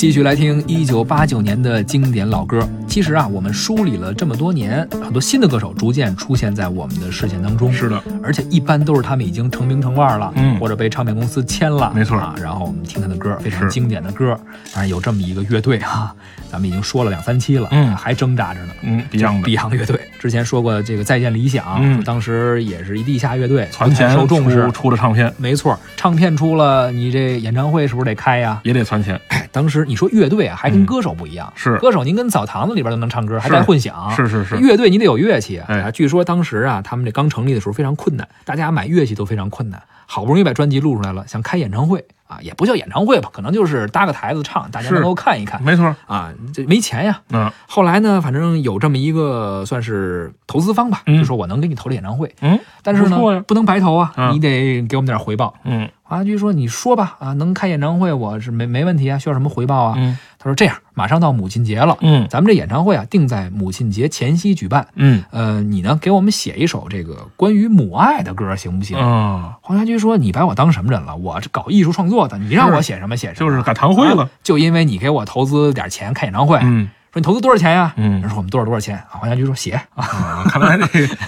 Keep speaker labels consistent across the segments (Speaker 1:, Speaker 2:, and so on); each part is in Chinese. Speaker 1: 继续来听一九八九年的经典老歌。其实啊，我们梳理了这么多年，很多新的歌手逐渐出现在我们的视线当中。
Speaker 2: 是的，
Speaker 1: 而且一般都是他们已经成名成腕儿了，
Speaker 2: 嗯
Speaker 1: 或者被唱片公司签了，
Speaker 2: 没错
Speaker 1: 啊。然后我们听他的歌，非常
Speaker 2: 是
Speaker 1: 经典的歌。当然有这么一个乐队啊， 咱们已经说了两三期了，
Speaker 2: 嗯
Speaker 1: 还挣扎着呢。
Speaker 2: 嗯，Beyond 的
Speaker 1: 碧昂乐队之前说过这个再见理想，
Speaker 2: 嗯
Speaker 1: 当时也是一地下乐队，
Speaker 2: 攒
Speaker 1: 不
Speaker 2: 钱
Speaker 1: 太受重视
Speaker 2: 出。出的唱片
Speaker 1: 没错，唱片出了，你这演唱会是不是得开呀？
Speaker 2: 也得攒钱，
Speaker 1: 哎当时你说乐队啊，还跟
Speaker 2: 嗯
Speaker 1: 歌手不一样，
Speaker 2: 是
Speaker 1: 歌手您跟澡堂子里边都能唱歌，还带混响，
Speaker 2: 是是是，
Speaker 1: 乐队你得有乐器啊、
Speaker 2: 哎
Speaker 1: 据说当时啊，他们这刚成立的时候非常困难，大家买乐器都非常困难。好不容易把专辑录出来了，想开演唱会啊，也不叫演唱会吧，可能就是搭个台子唱，大家
Speaker 2: 是
Speaker 1: 能够看一看
Speaker 2: 没错，
Speaker 1: 啊。这没钱呀。
Speaker 2: 嗯
Speaker 1: 后来呢，反正有这么一个算是投资方吧，
Speaker 2: 嗯
Speaker 1: 就说我能给你投这演唱会，
Speaker 2: 嗯
Speaker 1: 但是呢
Speaker 2: 不错呀
Speaker 1: 不能白投啊，
Speaker 2: 嗯
Speaker 1: 你得给我们点回报。
Speaker 2: 嗯
Speaker 1: 华安居说：“你说吧，啊，能开演唱会我是没没问题啊，需要什么回报啊？”
Speaker 2: 嗯
Speaker 1: 他说：“这样，马上到母亲节了，
Speaker 2: 嗯
Speaker 1: 咱们这演唱会啊定在母亲节前夕举办。
Speaker 2: 嗯
Speaker 1: 呃，你呢给我们写一首这个关于母爱的歌行不行？”
Speaker 2: 啊，
Speaker 1: 黄家驹说：“你把我当什么人了？我这搞艺术创作的，你让我写什么写什么。
Speaker 2: 就是赶堂会了
Speaker 1: 啊，就因为你给我投资点钱开演唱会，
Speaker 2: 嗯
Speaker 1: 说你投资多少钱呀？
Speaker 2: 嗯
Speaker 1: 人说我们多少多少钱啊？黄家驹说写啊，
Speaker 2: 啊，看来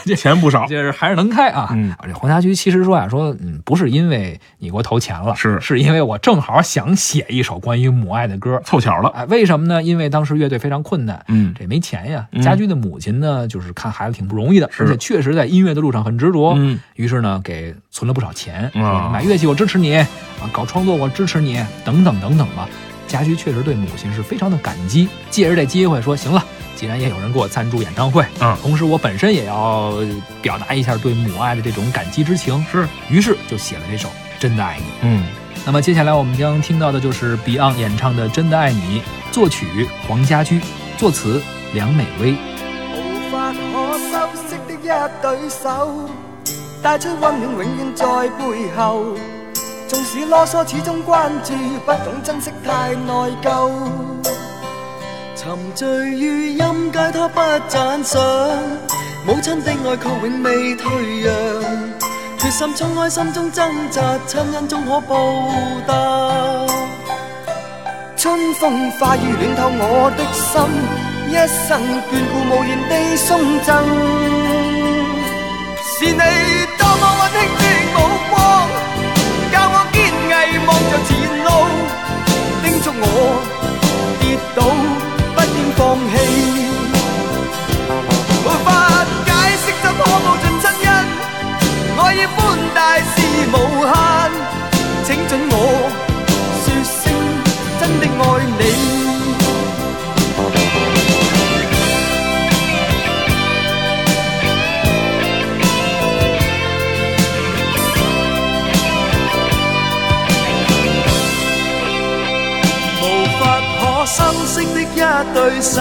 Speaker 2: 这 钱不少，
Speaker 1: 就是还是能开啊。
Speaker 2: 嗯
Speaker 1: 啊这黄家驹其实说呀，说嗯，不是因为你给我投钱了，
Speaker 2: 是
Speaker 1: 是因为我正好想写一首关于母爱的歌。
Speaker 2: 凑巧了，
Speaker 1: 哎，为什么呢？因为当时乐队非常困难，
Speaker 2: 嗯
Speaker 1: 这没钱呀。
Speaker 2: 嗯
Speaker 1: 家驹的母亲呢，就是看孩子挺不容易的，
Speaker 2: 是
Speaker 1: 而且确实在音乐的路上很执着。
Speaker 2: 嗯
Speaker 1: 于是呢，给存了不少钱，
Speaker 2: 嗯
Speaker 1: 说买乐器我支持你，啊，搞创作我支持你，等等等等吧。家驹确实对母亲是非常的感激，借着这机会说，行了，既然也有人给我赞助演唱会，
Speaker 2: 嗯
Speaker 1: 同时我本身也要表达一下对母爱的这种感激之情，
Speaker 2: 是
Speaker 1: 于是就写了这首《真的爱你》。
Speaker 2: 嗯
Speaker 1: 那么接下来我们将听到的就是 Beyond 演唱的《真的爱你》，作曲黄家驹，作词梁美薇。
Speaker 3: 无法可修饰的一对手，带出温暖永远在背后。纵使啰嗦，始终关注，不懂珍惜太内疚。沉醉於音階，他不讚賞，母親的愛卻永未退讓。決心衝開心中掙扎，親恩終可報答。春風化雨暖透我的心，一生眷顧無言地送贈。是你多麼溫馨的目光，教我堅毅望着前路，叮囑我跌倒不應放棄。無法解釋怎可報盡親恩，我已寬大是無限，請準我説聲真的愛你。无法可修饰的一对手，